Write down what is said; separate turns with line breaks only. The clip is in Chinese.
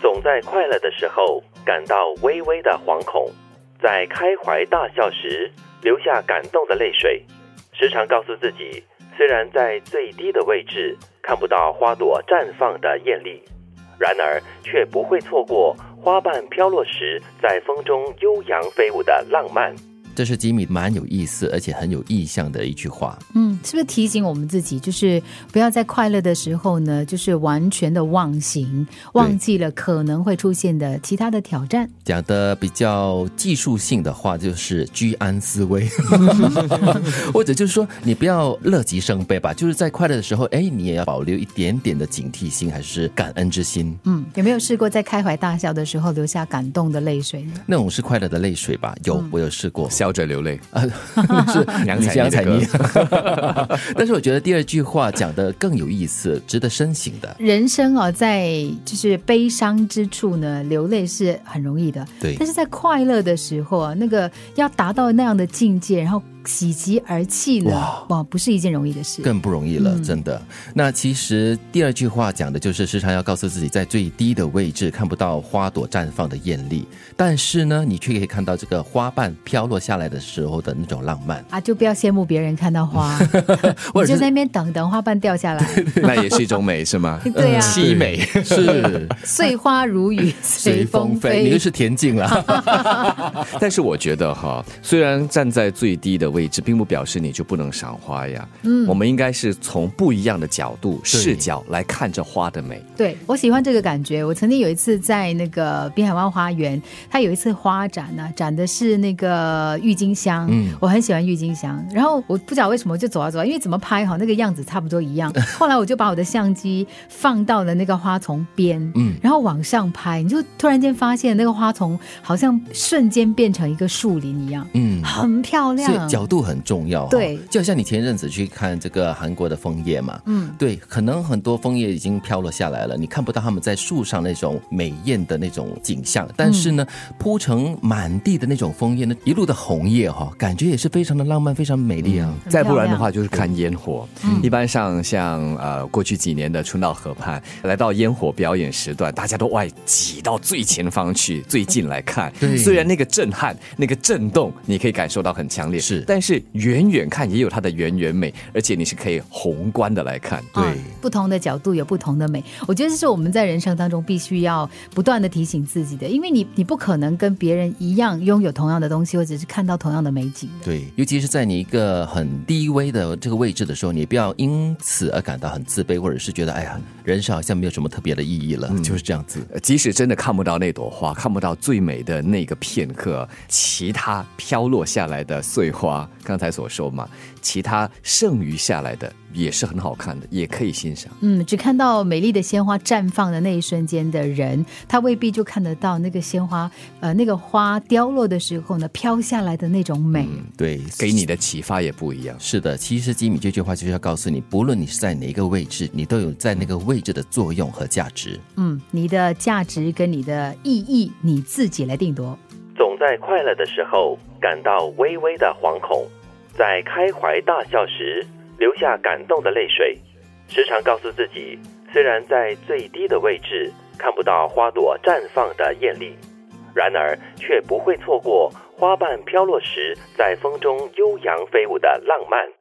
常在快乐的时候感到微微的惶恐，在开怀大笑时流下感动的泪水，时常告诉自己，虽然在最低的位置看不到花朵绽放的艳丽，然而却不会错过花瓣飘落时在风中悠扬飞舞的浪漫。
这是吉米蛮有意思，而且很有意象的一句话。
嗯，是不是提醒我们自己，就是不要在快乐的时候呢，就是完全的忘形，忘记了可能会出现的其他的挑战。
讲的比较技术性的话，就是居安思危，或者就是说你不要乐极生悲吧，就是在快乐的时候，哎，你也要保留一点点的警惕心，还是感恩之心。
嗯，有没有试过在开怀大笑的时候流下感动的泪水呢？
那种是快乐的泪水吧？有，我有试过。
笑着流泪，
啊 是
杨
你
采
是杨
妮的
采妮
歌。
但是我觉得第二句话讲的更有意思，值得深省的。
人生啊、在就是悲伤之处呢，流泪是很容易的。
对
但是在快乐的时候啊，那个要达到那样的境界，然后喜极而泣呢，哇不是一件容易的事。
更不容易了，真的。那其实第二句话讲的就是，时常要告诉自己，在最低的位置看不到花朵绽放的艳丽，但是呢，你却可以看到这个花瓣飘落下来的时候的那种浪漫。
啊，就不要羡慕别人看到 花，
或
你
者
就是在那边等等花瓣掉下来，
那也是一种美，是吗？ 嗯
对啊，
凄美，
是
碎花如 雨 随风
你
飞
又。是田径 了，
但是我觉得哈，虽然站在最低的位置，并不表示你就不能赏花呀。嗯，我们应该是从不一样的角度、视角来看这花的美。
对我喜欢这个感觉。我曾经有一次在那个滨海湾花园，它有一次花展呢、展的是那个郁金香。嗯，我很喜欢郁金香。然后我不知道为什么就走啊走啊，因为怎么拍哈那个样子差不多一 样。后来我就把我的相机放到了那个花丛边，嗯，然后往上拍，你就突然间发现那个花丛好像瞬间变成一个树林一样，
嗯。
很漂
所
亮
以。角度很重要、哦，
对
就好像你前阵子去看这个韩国的枫叶嘛，嗯，对，可能很多枫叶已经飘落下来了，你看不到他们在树上那种美艳的那种景象，但是呢，铺成满地的那种枫叶，那一路的红叶哈、感觉也是非常的浪漫，非常美丽啊。
很
再不然
漂
的
亮嗯
话，就是看烟火。一般上像呃过去几年的春到河畔，来到烟火表演时段，大家都爱挤到最前方去、最近来看。
对
虽然那个震撼、那个震动，你可以感受到很强烈，
是
但是远远看也有它的远远美，而且你是可以宏观的来看。
啊不同的角度有不同的美。我觉得这是我们在人生当中必须要不断的提醒自己的，因为你你不可能跟别人一样拥有同样的东西，或者是看到同样的美景的。
对，尤其是在你一个很低微的这个位置的时候，你不要因此而感到很自卑，或者是觉得哎呀，人生好像没有什么特别的意义了，就是这样子。
呃即使真的看不到那朵花，看不到最美的那个片刻，其他飘落下来的碎花，刚才所说嘛，其他剩余下来的也是很好看的，也可以欣赏。
嗯，只看到美丽的鲜花绽放的那一瞬间的人，他未必就看得到那个鲜花，呃，那个花凋落的时候呢，飘下来的那种美。
嗯对，
给你的启发也不一样。
是的，其实吉米这句话就是要告诉你，不论你是在哪一个位置，你都有在那个位置的作用和价值。
嗯，你的价值跟你的意义，你自己来定夺。
总在快乐的时候感到微微的惶恐，在开怀大笑时流下感动的泪水，时常告诉自己，虽然在最低的位置看不到花朵绽放的艳丽，然而却不会错过花瓣飘落时在风中悠扬飞舞的浪漫。